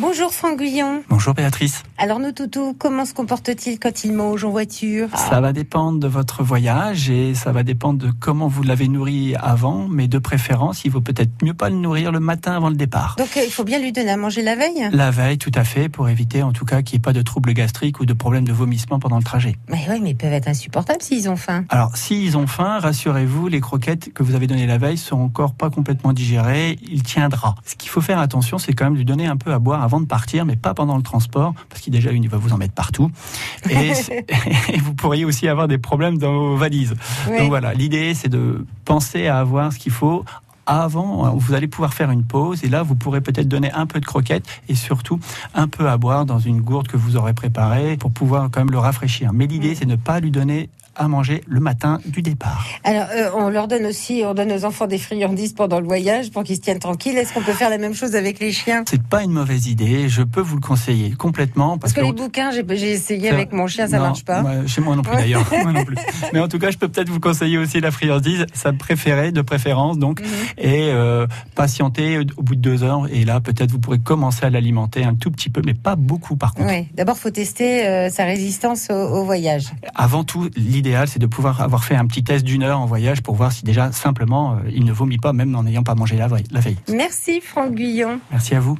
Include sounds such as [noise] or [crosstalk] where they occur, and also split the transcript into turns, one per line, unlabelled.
Bonjour Franck Guyon.
Bonjour Béatrice.
Alors nos toutous, comment se comportent-ils quand ils mangent en voiture
Ça va dépendre de votre voyage et ça va dépendre de comment vous l'avez nourri avant, mais de préférence, il vaut peut-être mieux pas le nourrir le matin avant le départ.
Donc euh, il faut bien lui donner à manger la veille
La veille, tout à fait, pour éviter en tout cas qu'il n'y ait pas de troubles gastriques ou de problèmes de vomissement pendant le trajet.
Mais oui, mais ils peuvent être insupportables s'ils ont faim.
Alors, s'ils ont faim, rassurez-vous, les croquettes que vous avez données la veille sont encore pas complètement digérées, il tiendra. Ce qu'il faut faire attention, c'est quand même lui donner un peu à boire avant de partir, mais pas pendant le transport, parce qu'il déjà, une, il va vous en mettre partout.
[laughs]
Et, c'est- et vous pourriez aussi avoir des problèmes dans vos valises.
Oui.
Donc voilà, l'idée, c'est de penser à avoir ce qu'il faut avant, vous allez pouvoir faire une pause et là, vous pourrez peut-être donner un peu de croquettes et surtout un peu à boire dans une gourde que vous aurez préparée pour pouvoir quand même le rafraîchir. Mais l'idée, c'est ne pas lui donner à manger le matin du départ.
Alors euh, on leur donne aussi, on donne aux enfants des friandises pendant le voyage pour qu'ils se tiennent tranquilles. Est-ce qu'on peut faire la même chose avec les chiens
C'est pas une mauvaise idée, je peux vous le conseiller complètement
Parce
parce
que
que
les bouquins, j'ai j'ai essayé
C'est-
avec mon chien, ça
Non,
marche pas.
moi, chez moi non plus
Ouais. [laughs]
d'ailleurs. Moi non plus. Mais en tout cas, je peux peut-être vous conseiller aussi la friandise, sa préférée de préférence.
Mhm.
Donc, et euh, patienter au bout de deux heures. Et là, peut-être vous pourrez commencer à l'alimenter un tout petit peu, mais pas beaucoup par contre.
Oui, d'abord faut tester euh, sa résistance au, au voyage.
Avant tout, l'idéal, c'est de pouvoir avoir fait un petit test d'une heure en voyage pour voir si déjà simplement euh, il ne vomit pas, même en n'ayant pas mangé la veille- la veille.
Merci Franck Guyon.
Merci à vous.